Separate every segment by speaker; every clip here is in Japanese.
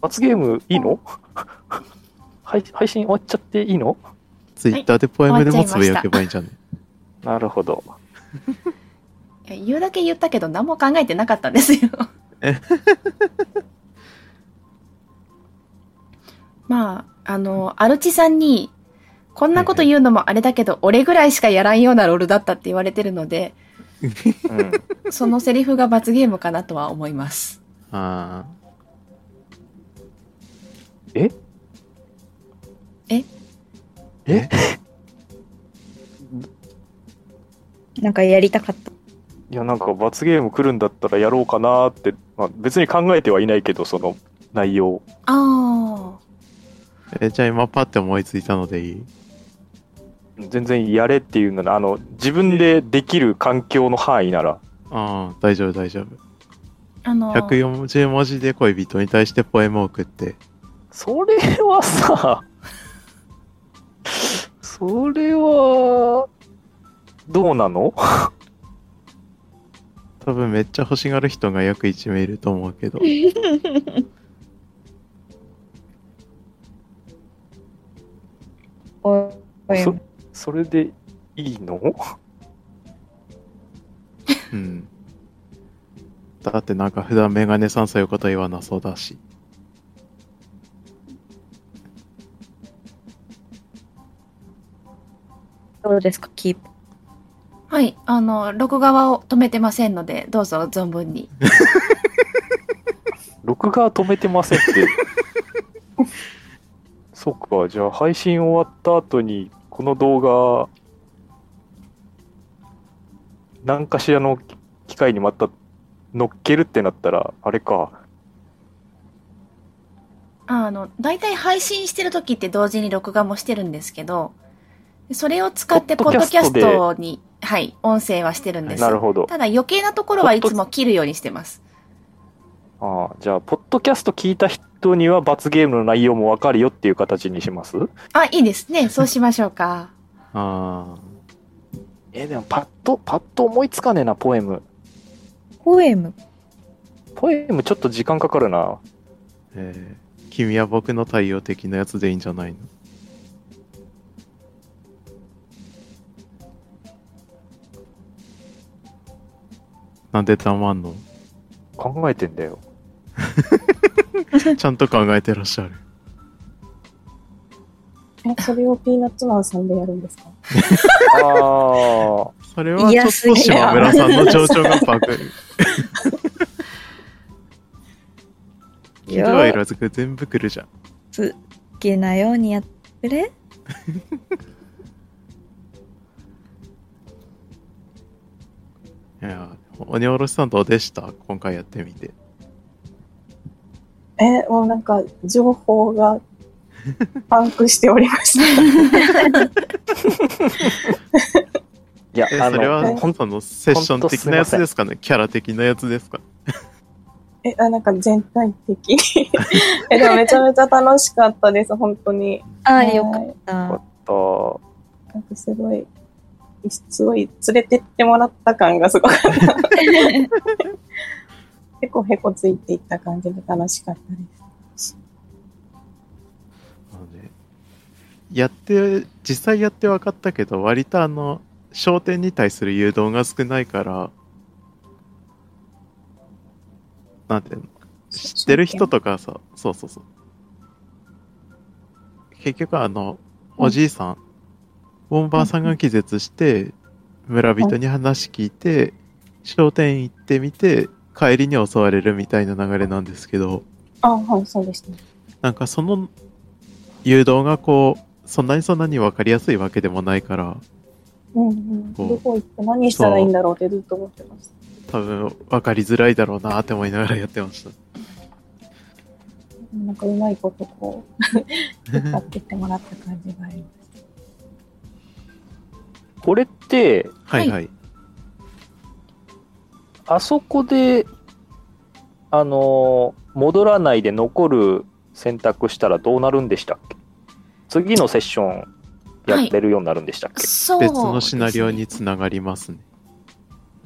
Speaker 1: 罰ゲームいいの配配信終わっちゃっていいの
Speaker 2: ツイッターでポエムでもつぶやけばいいんじゃない、
Speaker 1: なるほど。
Speaker 3: いや言うだけ言ったけど何も考えてなかったんですよ
Speaker 2: え。
Speaker 3: まああのアルチさんに「こんなこと言うのもあれだけど、俺ぐらいしかやらんようなロールだった」って言われてるので
Speaker 1: うん、
Speaker 3: そのセリフが罰ゲームかなとは思います。
Speaker 2: あ
Speaker 4: なんかやりたかった。
Speaker 1: いや、なんか罰ゲーム来るんだったらやろうかなーって、まあ、別に考えてはいないけど、その内容。
Speaker 3: あ
Speaker 2: ーえじゃあ今パッて思いついたのでいい
Speaker 1: 全然やれっていうのならあの、自分でできる環境の範囲なら、
Speaker 2: ああ大丈夫大丈夫
Speaker 3: ああの
Speaker 2: 140文字で恋人に対してポエムを送って
Speaker 1: それはさ、それは、どうなの
Speaker 2: 多分めっちゃ欲しがる人が約1名いると思うけど
Speaker 4: ポエ
Speaker 1: そ
Speaker 4: ム。
Speaker 1: それでいいの
Speaker 2: うんだってなんか普段メガネさんそういうこと言わなそうだし
Speaker 4: どうですか、キープ。
Speaker 3: はいあの録画は止めてませんのでどうぞ存分に。
Speaker 1: 録画止めてませんって。 そっか、じゃあ配信終わった後に、この動画、何かしらの機会にまた乗っけるってなったら、あれか、
Speaker 3: あの、大体配信してる時って同時に録画もしてるんですけど、それを使って、ポ
Speaker 1: ポ
Speaker 3: ッ
Speaker 1: ッ
Speaker 3: ド
Speaker 1: ド
Speaker 3: キ
Speaker 1: キ
Speaker 3: ャ
Speaker 1: ャ
Speaker 3: ス
Speaker 1: ストで
Speaker 3: トに、はい、音声はしてるんです。
Speaker 1: なるほど。
Speaker 3: ただ余計なところはいつも切るようにしてます。
Speaker 1: ああじゃあ、ポッドキャスト聞いた人には罰ゲームの内容もわかるよっていう形にします
Speaker 3: あ、いいですね。そうしましょうか。
Speaker 2: ああ
Speaker 1: え、でもパッと、パッと思いつかねえな、ポエム。
Speaker 4: ポエム。
Speaker 1: ポエムちょっと時間かかるな。
Speaker 2: えー君は僕の太陽的なやつでいいんじゃないのなんで黙んの
Speaker 1: 考えてんだよ。
Speaker 2: ちゃんと考えてらっしゃる。
Speaker 5: え、それをピーナッツマンさんでやるんですか
Speaker 1: ああ。
Speaker 2: それはちょっと島村さんの情緒がパクる。
Speaker 4: い
Speaker 2: 喜 怒は
Speaker 4: や、
Speaker 2: 色づく全部来るじゃん。
Speaker 4: 好きなようにやってくれ。
Speaker 2: いやー、鬼おろしさんどうでした今回やってみて。
Speaker 5: え、もうなんか、情報がパンクしておりました。
Speaker 1: いや
Speaker 2: え、
Speaker 1: あ
Speaker 2: それは
Speaker 1: の、ほん
Speaker 2: そのセッション的なやつですかねキャラ的なやつですか
Speaker 5: え、あなんか全体的に え、でもめちゃめちゃ楽しかったです、本当に。
Speaker 4: ああ、
Speaker 5: はい
Speaker 4: よかった。
Speaker 1: と、
Speaker 5: なんかすごい、すごい連れてってもらった感がすごか った。へこへこついていった感じで楽しかったです。
Speaker 2: あのねやって実際やって分かったけど割とあの焦点に対する誘導が少ないからなんていうの知ってる人とかさそうそうそう結局あのおじいさん、ウォンバーさんが気絶して村人に話聞いて商店行ってみて帰りに襲われるみたいな流れなんですけど、
Speaker 5: あ、はい、そうでした。
Speaker 2: なんかその誘導がこうそんなにそんなに分かりやすいわけでもないから
Speaker 5: うんうん。
Speaker 2: こ
Speaker 5: ど
Speaker 2: う
Speaker 5: こ行って何したらいいんだろうってずっと思ってました。
Speaker 2: 多分分かりづらいだろうなって思いながらやってました
Speaker 5: なんかうまいことこう、引っ張ってってもらった感じがあります。
Speaker 1: これって、
Speaker 2: はいはい、
Speaker 1: あそこで、あのー、戻らないで残る選択したらどうなるんでしたっけ次のセッションやれるようになるんでしたっけ、
Speaker 3: そう、
Speaker 2: 別のシナリオ。につながりますね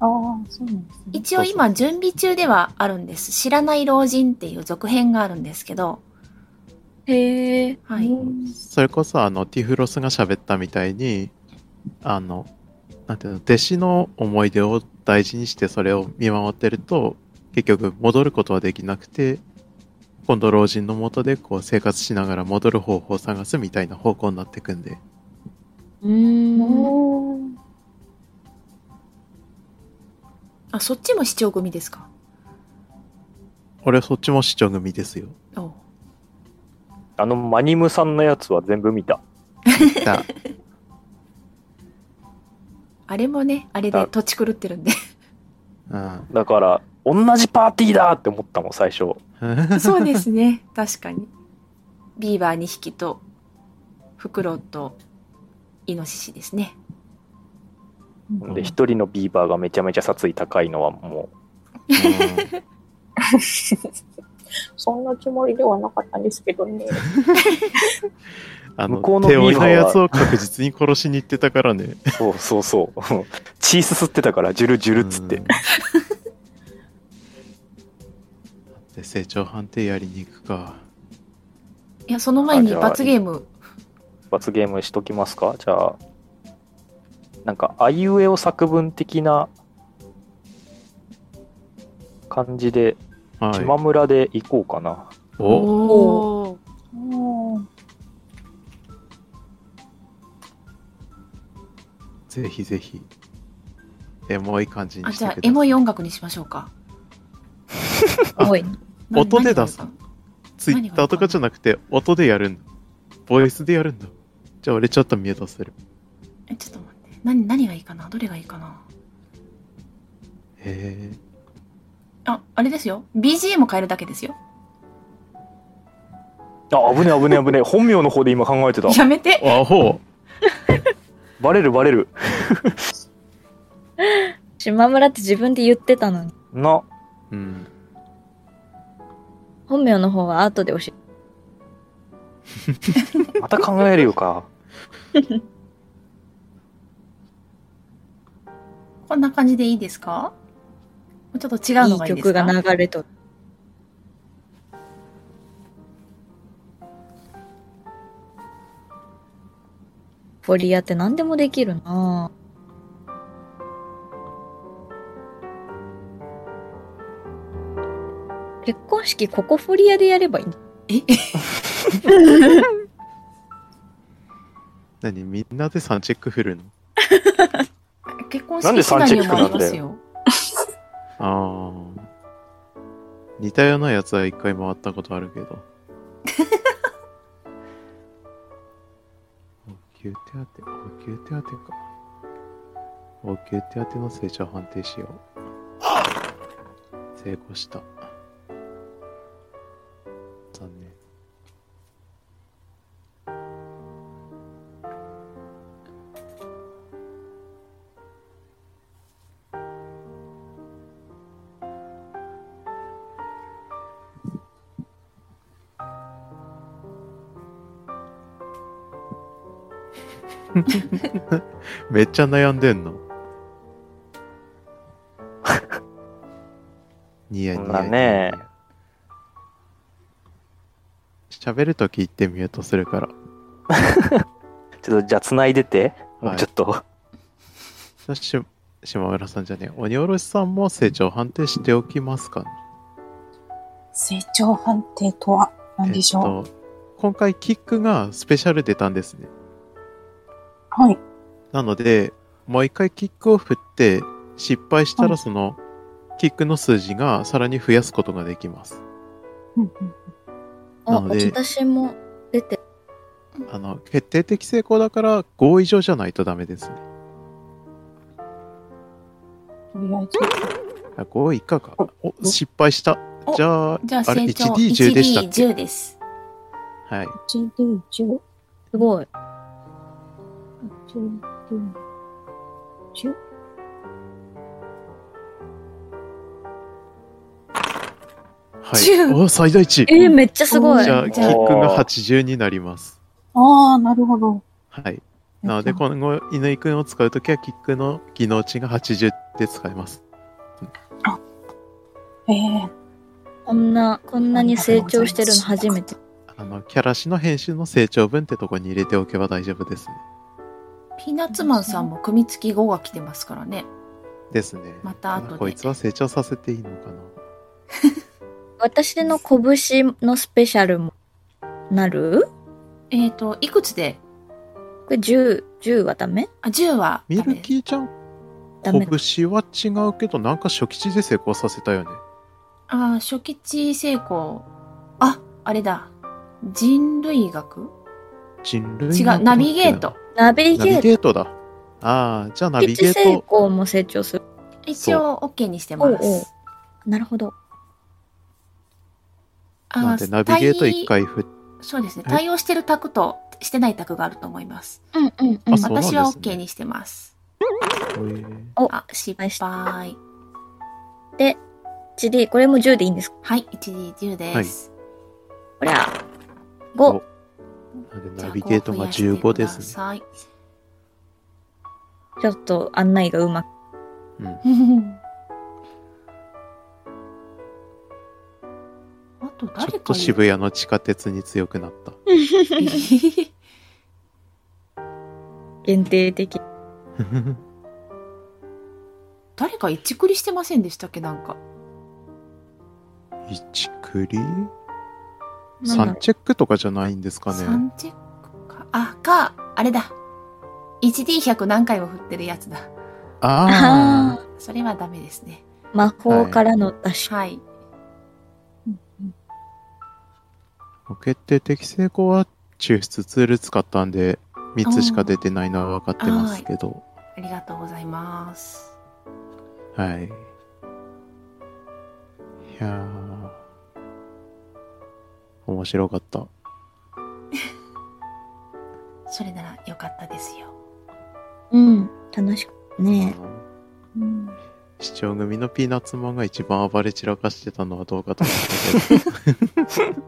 Speaker 5: ああ、そうなんですね。
Speaker 3: 一応今準備中ではあるんです。知らない老人っていう続編があるんですけど、
Speaker 4: へえ。
Speaker 3: はい。
Speaker 5: うん
Speaker 2: それこそあのティフロスが喋ったみたいにあのなんていうの弟子の思い出を大事にしてそれを見守ってると結局戻ることはできなくて今度老人のもとでこう生活しながら戻る方法を探すみたいな方向になっていくんで
Speaker 4: う
Speaker 5: うん
Speaker 4: ん。
Speaker 3: あ、そっちも視聴組ですか
Speaker 2: 俺そっちも市長組ですよ
Speaker 3: おう
Speaker 1: あのマニムさんのやつは全部見た
Speaker 2: だ
Speaker 3: あれもね、あれで土地狂ってるんで。
Speaker 2: うん
Speaker 1: だから同じパーティーだって思ったもん最初
Speaker 3: そうですね、確かに。ビーバー2匹と、フクロウと、イノシシですね。
Speaker 1: ほんで一人のビーバーがめちゃめちゃ殺意高いのはも
Speaker 2: うん
Speaker 5: そんなつもりではなかったんですけどね。
Speaker 2: あ
Speaker 1: 向こう
Speaker 2: の
Speaker 1: の
Speaker 2: 手負い
Speaker 1: ビーバ
Speaker 2: の
Speaker 1: ーは
Speaker 2: やつを確実に殺しに行ってたか らね
Speaker 1: うそうそうそう血すすってたからジュルジュルっつって
Speaker 2: うん だって成長判定やりに行くか。
Speaker 3: いや、その前
Speaker 1: あ
Speaker 3: に
Speaker 1: じゃあ
Speaker 3: 罰ゲーム、
Speaker 1: 罰ゲームしときますかじゃあなんかあいうえお作文的な感じで
Speaker 2: はい。
Speaker 1: 島村で行こうかな、
Speaker 2: お
Speaker 3: おー
Speaker 5: うん
Speaker 2: ぜひぜひ。エモい感じに
Speaker 3: あ、
Speaker 2: してく
Speaker 3: じゃ
Speaker 2: だ
Speaker 3: あ
Speaker 2: さい。、
Speaker 3: エモい音楽にしましょうか。
Speaker 4: 多い。
Speaker 3: な
Speaker 2: 音で出す
Speaker 3: 何が
Speaker 2: ツイッターとかじゃなくて、音でやるんだ。ボイスでやるんだ。じゃあ俺ちょっとミュートする。
Speaker 3: えちょっと待って。何、何がいいかなどれがいいかな
Speaker 2: へえ。
Speaker 3: あ、あれですよ。BGM 変えるだけですよ。
Speaker 1: あ危ねえ危ねえ危ねえ本名の方で今考えてた
Speaker 3: やめて。
Speaker 2: あほ
Speaker 1: バレるバレる
Speaker 4: 島村って自分で言ってたのに。
Speaker 1: な
Speaker 2: う。うん。
Speaker 4: 本名の方は後で教え
Speaker 1: また考えるよか
Speaker 3: こんな感じでいいですかもうちょっと違う
Speaker 4: て。い
Speaker 3: の
Speaker 4: い
Speaker 3: がいいです
Speaker 4: 曲
Speaker 3: か
Speaker 4: が流れとる。フォリアって何でもできるなぁ結婚式ここフォリアでやればいいんだ
Speaker 2: 何みんなでサンチェック振るの
Speaker 3: 結婚
Speaker 1: なん
Speaker 3: 式
Speaker 1: で
Speaker 3: シ
Speaker 1: 三
Speaker 3: ナ
Speaker 1: チェ
Speaker 3: リオ
Speaker 1: ック
Speaker 3: も
Speaker 1: な
Speaker 3: あり
Speaker 1: んだよ
Speaker 3: ますよ。
Speaker 2: ああ。似たようなやつは一回回ったことあるけど。応急手当、応急手当か。応急手当の成長判定しよう。成功した。残念。めっちゃ悩んでんの。ニヤニヤニヤニヤ。
Speaker 1: だね
Speaker 2: 喋るとき言ってミュートするから。
Speaker 1: ちょっとじゃあ繋いでてもうちょっと、
Speaker 2: そして島村さんじゃねえ。鬼おろしさんも成長判定しておきますか、ね、
Speaker 5: 成長判定とは何でしょう、
Speaker 2: えっと、今回キックがスペシャル出たんですね。
Speaker 5: はい。
Speaker 2: なので、もう一回キックを振って、失敗した
Speaker 5: う
Speaker 2: ら
Speaker 5: ん
Speaker 2: その、キックの数字がさらに増やすことができます。
Speaker 5: うんうん
Speaker 4: あ、
Speaker 2: なので
Speaker 4: 私も出て
Speaker 2: あの、決定的成功だから5以上じゃないとダメですね。
Speaker 5: とりあえず、
Speaker 2: あ5以下か。お、失敗した
Speaker 3: お。
Speaker 2: じゃあ、
Speaker 3: じゃあ
Speaker 2: あれ
Speaker 3: 成長
Speaker 2: 1D10 でしたっけ
Speaker 3: 1D10 です。
Speaker 2: はい。
Speaker 5: 1D10、
Speaker 4: すごい。
Speaker 5: 1D10。
Speaker 2: はい。
Speaker 3: 10
Speaker 2: お、最大値。
Speaker 4: えー、めっちゃすごい
Speaker 2: じ。ゃあ、キックが80になります。
Speaker 5: ああ、なるほど。
Speaker 2: はい。なので今後犬井くんを使うときはキックの技能値が80で使えます。
Speaker 5: ええ
Speaker 4: こんな、こんなに成長してるの初めて。
Speaker 2: あのキャラ詞の編集の成長分ってとこに入れておけば大丈夫ですね。
Speaker 3: ピーナッツマンさんも組付き5が来てますからね。
Speaker 2: ですね。
Speaker 3: また後で
Speaker 2: こいつは成長させていいのかな。
Speaker 4: 私の拳のスペシャルもなる
Speaker 3: えっ、と、いくつで
Speaker 4: これ10、10はダメ
Speaker 3: あ、10は
Speaker 2: ミ
Speaker 3: ダ
Speaker 2: ル
Speaker 3: メ。
Speaker 2: キーちゃん
Speaker 4: ダメ。
Speaker 2: 拳は違うけどなんか初期値で成功させたよね。
Speaker 3: ああ、初期値成功。あ、あれだ。人類学
Speaker 2: 人類
Speaker 3: 違
Speaker 2: のことだっ
Speaker 3: う、
Speaker 2: け
Speaker 3: ナビゲート。。
Speaker 4: ナビ
Speaker 2: ナビ
Speaker 4: ゲート。
Speaker 2: ゲートだ。ああ、じゃあナビ
Speaker 4: ピッ
Speaker 2: ゲ
Speaker 4: チ
Speaker 2: ー
Speaker 4: 成
Speaker 2: ト。
Speaker 4: 功も成長する。
Speaker 3: 一応 OK にしてます。
Speaker 4: おうおうなるほど。
Speaker 3: あ
Speaker 2: なんでナビゲート
Speaker 3: 対
Speaker 2: 一回振っ
Speaker 3: そうですね。
Speaker 2: はい
Speaker 3: 対応してるタクとしてないタクがあると思います。
Speaker 4: うんうん
Speaker 2: うんそうなんです
Speaker 3: 私
Speaker 2: ね
Speaker 3: は OK にしてます。
Speaker 2: て。
Speaker 4: お
Speaker 3: あ、失敗。
Speaker 4: 1D、これも10でいいんですか
Speaker 3: はい、1D10 です。
Speaker 4: こりゃ。5。
Speaker 2: なんで
Speaker 3: じゃ
Speaker 2: ナ
Speaker 3: あ
Speaker 2: ビゲートが15ですね。。
Speaker 3: こ
Speaker 4: ちょっと案内がうまく。
Speaker 2: うん。
Speaker 3: う増やしてください あと誰かいる
Speaker 2: ちょっと渋谷の地下鉄に強くなった。
Speaker 4: 限定的。
Speaker 3: 誰か一クリしてませんでしたっけなんか。
Speaker 2: 一クリ
Speaker 4: なんだろ
Speaker 2: 三
Speaker 4: う
Speaker 2: チェックとかじゃないんですか
Speaker 3: サ
Speaker 2: ね。
Speaker 3: ンチェックか。あ、か、あれだ。1D100 何回も振ってるやつだ。
Speaker 2: あ あ。
Speaker 3: それはダメですね。
Speaker 4: 魔法からの脱出。
Speaker 3: はい。
Speaker 2: 決定的成功は抽出ツール使ったんで、3つしか出てないのは分かってますけど。
Speaker 3: ありがとうございます。
Speaker 2: はい。いやー。面白かった。
Speaker 3: それなら良かったですよ。
Speaker 4: うん。楽しく。ね
Speaker 5: うん
Speaker 2: 視聴組のピーナッツマンが一番暴れ散らかしてたのはどうかと思った けど。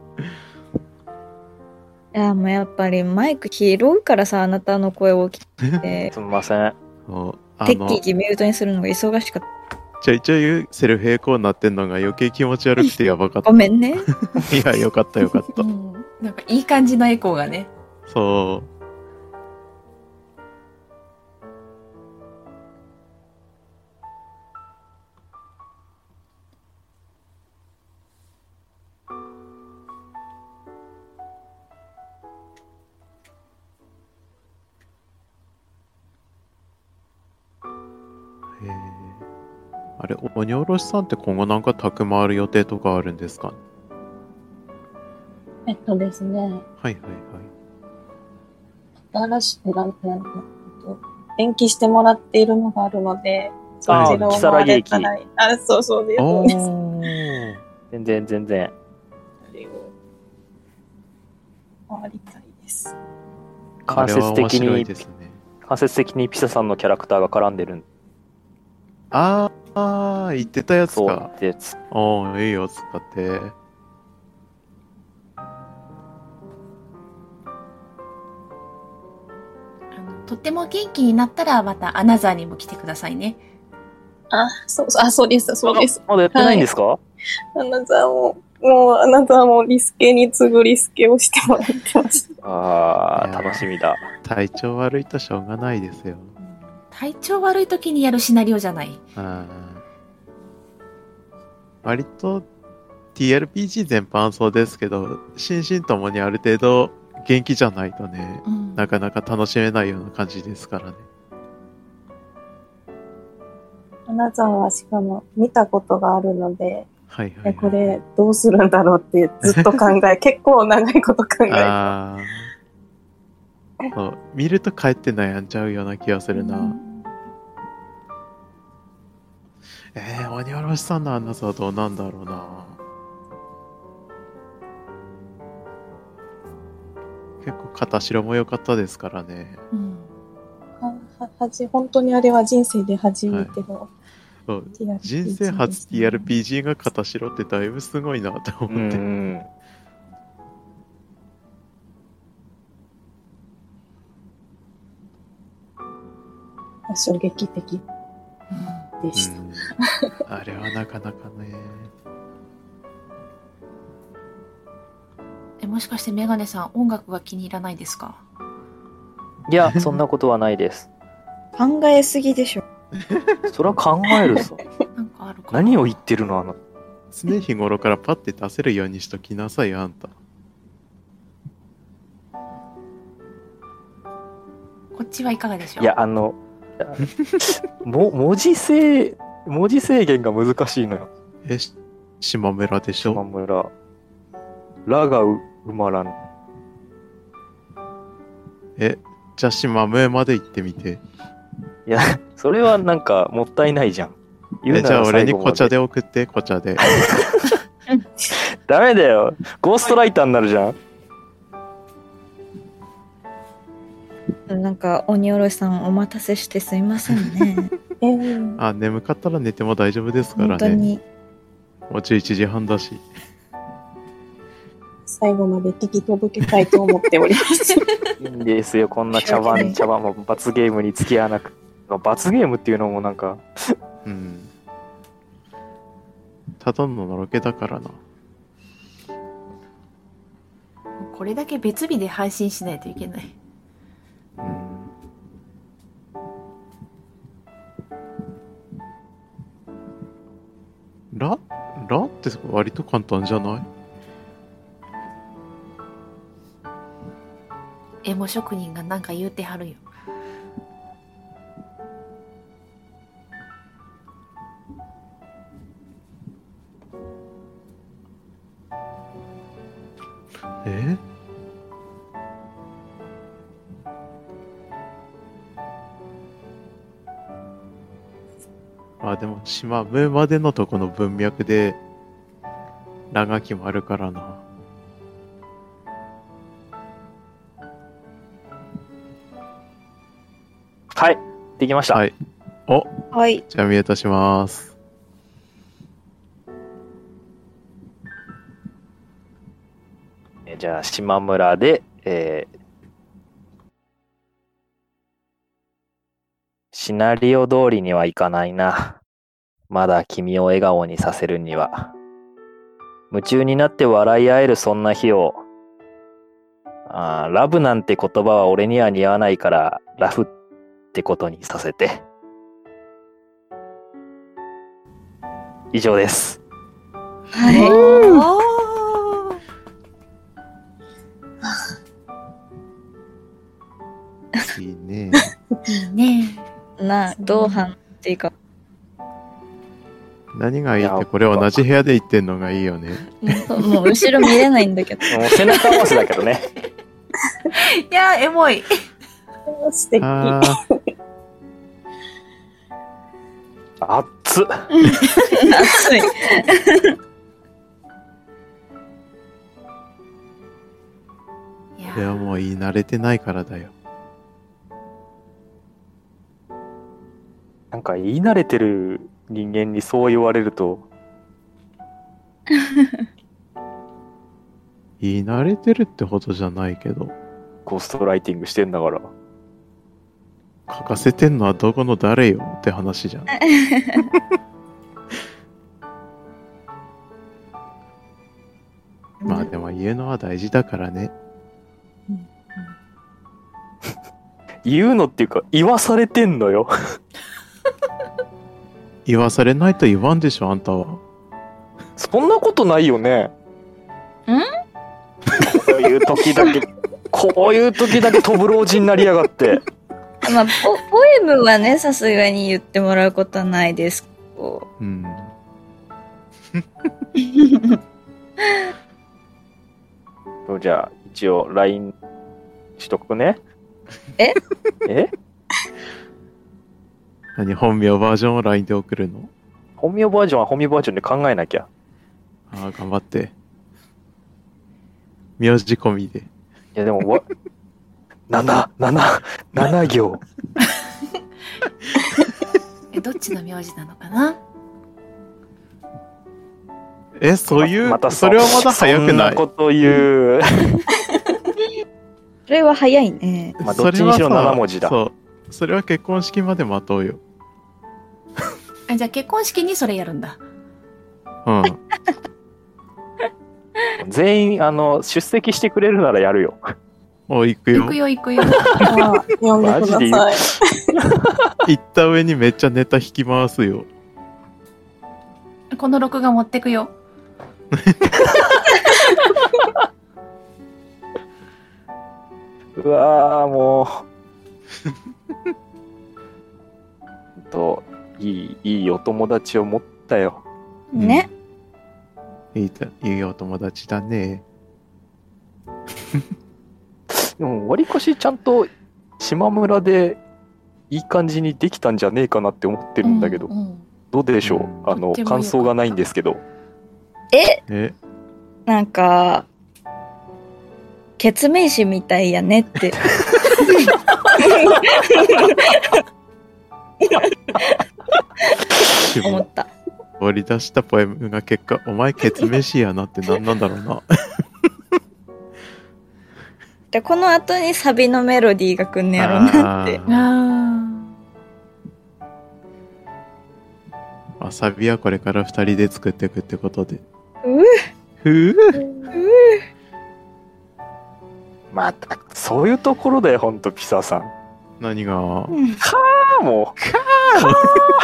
Speaker 4: え。いや、もうやっぱりマイク拾うからさ、あなたの声を聞いて
Speaker 1: す。みません。
Speaker 2: そうあ
Speaker 4: テッ
Speaker 2: の
Speaker 4: キー、機ミュートにするのが忙しかった。
Speaker 2: ちょいちょいセルフ並行になってんのが余計気持ち悪くてやばかっ
Speaker 4: ご
Speaker 2: た。
Speaker 4: めんね。
Speaker 2: いや、よかったよかった。
Speaker 3: ん、なんかいい感じのエコーがね。
Speaker 2: そう。へえあれ、鬼おろしさんって今後なんか宅回る予定とかあるんですか
Speaker 5: えっとですね、
Speaker 2: はいはいはい。
Speaker 5: 新しくなんなんなんと延期してもらっているのがあるので、
Speaker 1: あ
Speaker 5: そ
Speaker 2: ー
Speaker 5: っちの方もあれたらあ、そうそうです。
Speaker 2: お
Speaker 5: あ
Speaker 2: ー。
Speaker 1: 全然全然。
Speaker 5: れを回りたいです。
Speaker 2: あ
Speaker 1: 間
Speaker 2: れは
Speaker 1: 接
Speaker 2: 面
Speaker 1: 的
Speaker 2: 白い
Speaker 1: に、
Speaker 2: ですね。
Speaker 1: 間接的にピサさんのキャラクターが絡んでるん
Speaker 2: あーあー、言ってたやつ
Speaker 1: そう
Speaker 2: か。
Speaker 1: ってやつ。
Speaker 2: おー、いいよ、使って。
Speaker 3: あのとっても元気になったらまたアナザーにも来てくださいね。
Speaker 5: あ、そうそう、あ、そうです、そうです。
Speaker 1: まだやってないんですか、
Speaker 5: アナザーも、もうアナザーもリスケに次ぐリスケをしてもらってました。
Speaker 1: ああ
Speaker 2: いやー
Speaker 1: 楽しみだ。
Speaker 2: 体調悪いとしょうがないですよ。
Speaker 3: 体調悪い時にやるシナリオじゃない。
Speaker 2: うん。割と TRPG 全般そうですけど、心身ともにある程度元気じゃないとね、
Speaker 3: うん
Speaker 2: なかなか楽しめないような感じですからね。
Speaker 5: アナザーはしかも見たことがあるので、
Speaker 2: はいはい、は
Speaker 5: え
Speaker 2: い。
Speaker 5: これどうするんだろうってずっと考 え、結構長いこと考えて。
Speaker 2: あーそう見ると帰って悩んじゃうような気がするな。えー、鬼おろしさんのアナザーどうなんだろうな。結構片白も良かったですからね。
Speaker 3: うん
Speaker 5: はははじ本当にあれは人生で初めての
Speaker 2: そう
Speaker 5: TRPG
Speaker 2: 人生初 TRPG が片白ってだいぶすごいなと
Speaker 1: うん
Speaker 2: 思って。
Speaker 1: うん。
Speaker 5: が衝撃的でした。
Speaker 2: うん、あれはなかなかね。
Speaker 3: えもしかしてメガネさん音楽が気に入らないですか
Speaker 1: いや、そんなことはないです。
Speaker 4: 考えすぎでしょ。
Speaker 1: それは考える さ。
Speaker 3: なんかあるかな
Speaker 1: 何を言ってるのあの。
Speaker 2: 常日頃からパッて出せるようにしときなさいあんた。
Speaker 3: こっちはいかがでしょう
Speaker 1: いや、あの、 も文字制、文字制限が難しいのよ、
Speaker 2: え、し島村でし
Speaker 1: 島
Speaker 2: ょ
Speaker 1: 村。らがう埋まらん。
Speaker 2: じゃあ島村まで行ってみて。
Speaker 1: いや、それはなんかもったいないじゃん。言う
Speaker 2: え
Speaker 1: な
Speaker 2: じゃあ
Speaker 1: ら
Speaker 2: 俺
Speaker 1: 最
Speaker 2: に
Speaker 1: 後ま
Speaker 2: 紅茶
Speaker 1: で。
Speaker 2: で送って、紅茶で。
Speaker 1: ダメだよ。 ゴーストライターになるじゃん。
Speaker 4: なんか、鬼おろしさんお待たせしてすいません ね。
Speaker 5: えー
Speaker 2: あ、眠かったら寝ても大丈夫ですか
Speaker 4: 本
Speaker 2: ら
Speaker 4: 当
Speaker 2: ね。
Speaker 4: に。
Speaker 2: もう11時半だし。
Speaker 5: 最後まで聞き届けたいと思っております。
Speaker 1: いいんですよ、こんな茶 番、茶番も罰ゲームに付き合わなくて。罰ゲームっていうのもなんか、
Speaker 2: うん。ただののろけだからな。
Speaker 3: これだけ別日で配信しないといけない
Speaker 2: うん。ララって割と簡単じゃない
Speaker 3: エモ職人がなんか言うてはるよ
Speaker 2: えあでも島上までのとこの文脈でラガキもあるからな
Speaker 1: はい、できました。
Speaker 2: はいお
Speaker 4: はい。
Speaker 2: じゃあ見えたします
Speaker 1: えじゃあ、島村で、えーシナリオ通りにはいかないな。まだ君を笑顔にさせるには。夢中になって笑い合えるそんな日を。あーラブなんて言葉は俺には似合わないから、ラフってことにさせて。以上です。
Speaker 4: はい。
Speaker 3: おー
Speaker 2: いいね
Speaker 3: いいね
Speaker 4: な、どう話していいか。
Speaker 2: 何がいい
Speaker 1: い
Speaker 2: っ
Speaker 1: や
Speaker 2: てこれ同じ部屋で行ってんのがいいよね
Speaker 4: もうもう後ろ見れないんだ けど。
Speaker 1: もう背中合わせだけどね。
Speaker 3: いやエモい
Speaker 5: 素敵。
Speaker 2: あ
Speaker 1: 熱っ。
Speaker 4: 暑い。
Speaker 3: い
Speaker 2: あいやもう言い慣れてないからだよ
Speaker 1: なんか言い慣れてる人間にそう言われると、
Speaker 2: 言い慣れてるってほどじゃないけど
Speaker 1: ゴーストライティングしてんだから。
Speaker 2: 書かせてんのはどこの誰よって話 じゃんまあでも言うのは大事だからね。
Speaker 1: 言うのっていうか、言わされてんのよ。
Speaker 2: 言わされないと言わんでしょ、あんたは。
Speaker 1: そんなことないよね。
Speaker 4: ん
Speaker 1: こういう時だ け、こういう時だけ飛ぶ老人になりやがって。
Speaker 4: まあ、ポポエムはね、さすがに言ってもらうことはないですけど。
Speaker 2: うん。
Speaker 1: じゃあ、一応 LINE しとくね。
Speaker 4: え
Speaker 1: え
Speaker 2: 何、本名バージョンを LINE で送るの
Speaker 1: 本名バージョンは本名バージョンで考えなきゃ。
Speaker 2: ああ、頑張って。名字込みで。
Speaker 1: いや、でも、わ、7、7、7行。
Speaker 3: えどっちの名字なのかな
Speaker 2: え、そういう、
Speaker 1: また
Speaker 2: それはまだ早く
Speaker 1: そん
Speaker 2: な。
Speaker 1: ないこと言う。
Speaker 4: それは早いね。
Speaker 1: まあどっちにしろ
Speaker 2: それはさ
Speaker 1: 7文字だ
Speaker 2: そう。それは結婚式まで待とうよ。
Speaker 3: あじゃあ結婚式にそれやるんだ。
Speaker 2: うん。
Speaker 1: 全員、あの、出席してくれるならやるよ。
Speaker 2: もう行くよ。
Speaker 3: 行くよ 行くよ。
Speaker 5: ああ、読んでください。
Speaker 1: マ
Speaker 2: 行った上にめっちゃネタ引き回すよ。
Speaker 3: この録画持ってくよ。
Speaker 1: うわー、もう。 と、いい、いいお友達を持ったよ。
Speaker 4: ね。
Speaker 2: いいたいいお友達だね。
Speaker 1: でも、割りかしちゃんと島村でいい感じにできたんじゃねえかなって思ってるんだけど、
Speaker 4: うんうん
Speaker 1: どうでしょう、
Speaker 2: うん
Speaker 1: あの、
Speaker 3: とってもよかった
Speaker 1: 感想がないんですけど。
Speaker 4: え、
Speaker 2: え、
Speaker 4: なんか、ケツメイシみたいやねって。
Speaker 2: 自
Speaker 4: 思
Speaker 2: 分
Speaker 4: った。
Speaker 2: 割り出したポエムが結果、お前ケツメシやなって何なんだろうな。
Speaker 4: で、この後にサビのメロディーが来んねやろ なって。
Speaker 2: あ
Speaker 3: あ
Speaker 2: ーまあサビはこれから二人で作っていくってことで。
Speaker 4: う
Speaker 2: ふう
Speaker 1: また、そういうところだよ、ほんと、ピサさん。
Speaker 2: 何が
Speaker 4: う、ん
Speaker 1: あもう。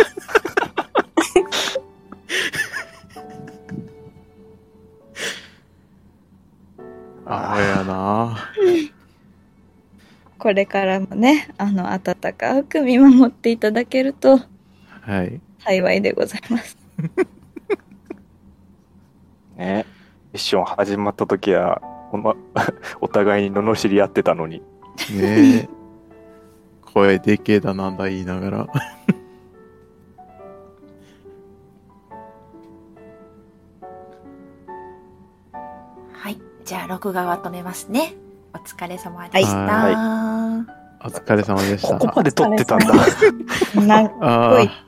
Speaker 2: あほやな。
Speaker 4: これからもね、あの、温かく見守っていただけると
Speaker 2: はい。
Speaker 4: 幸いでございます。
Speaker 1: ね。ミッション始まった時は、ほんま、お互いに罵り合ってたのに。
Speaker 2: ねえ。声でけえだなんだ言いながら。
Speaker 3: ーはい。じゃあ録画は止めますね。お疲れ様でした。
Speaker 2: はお疲れ様でし
Speaker 1: こ
Speaker 2: た。
Speaker 1: こまで撮ってたんだ。
Speaker 4: なん
Speaker 2: ああ
Speaker 4: すごい
Speaker 2: ー。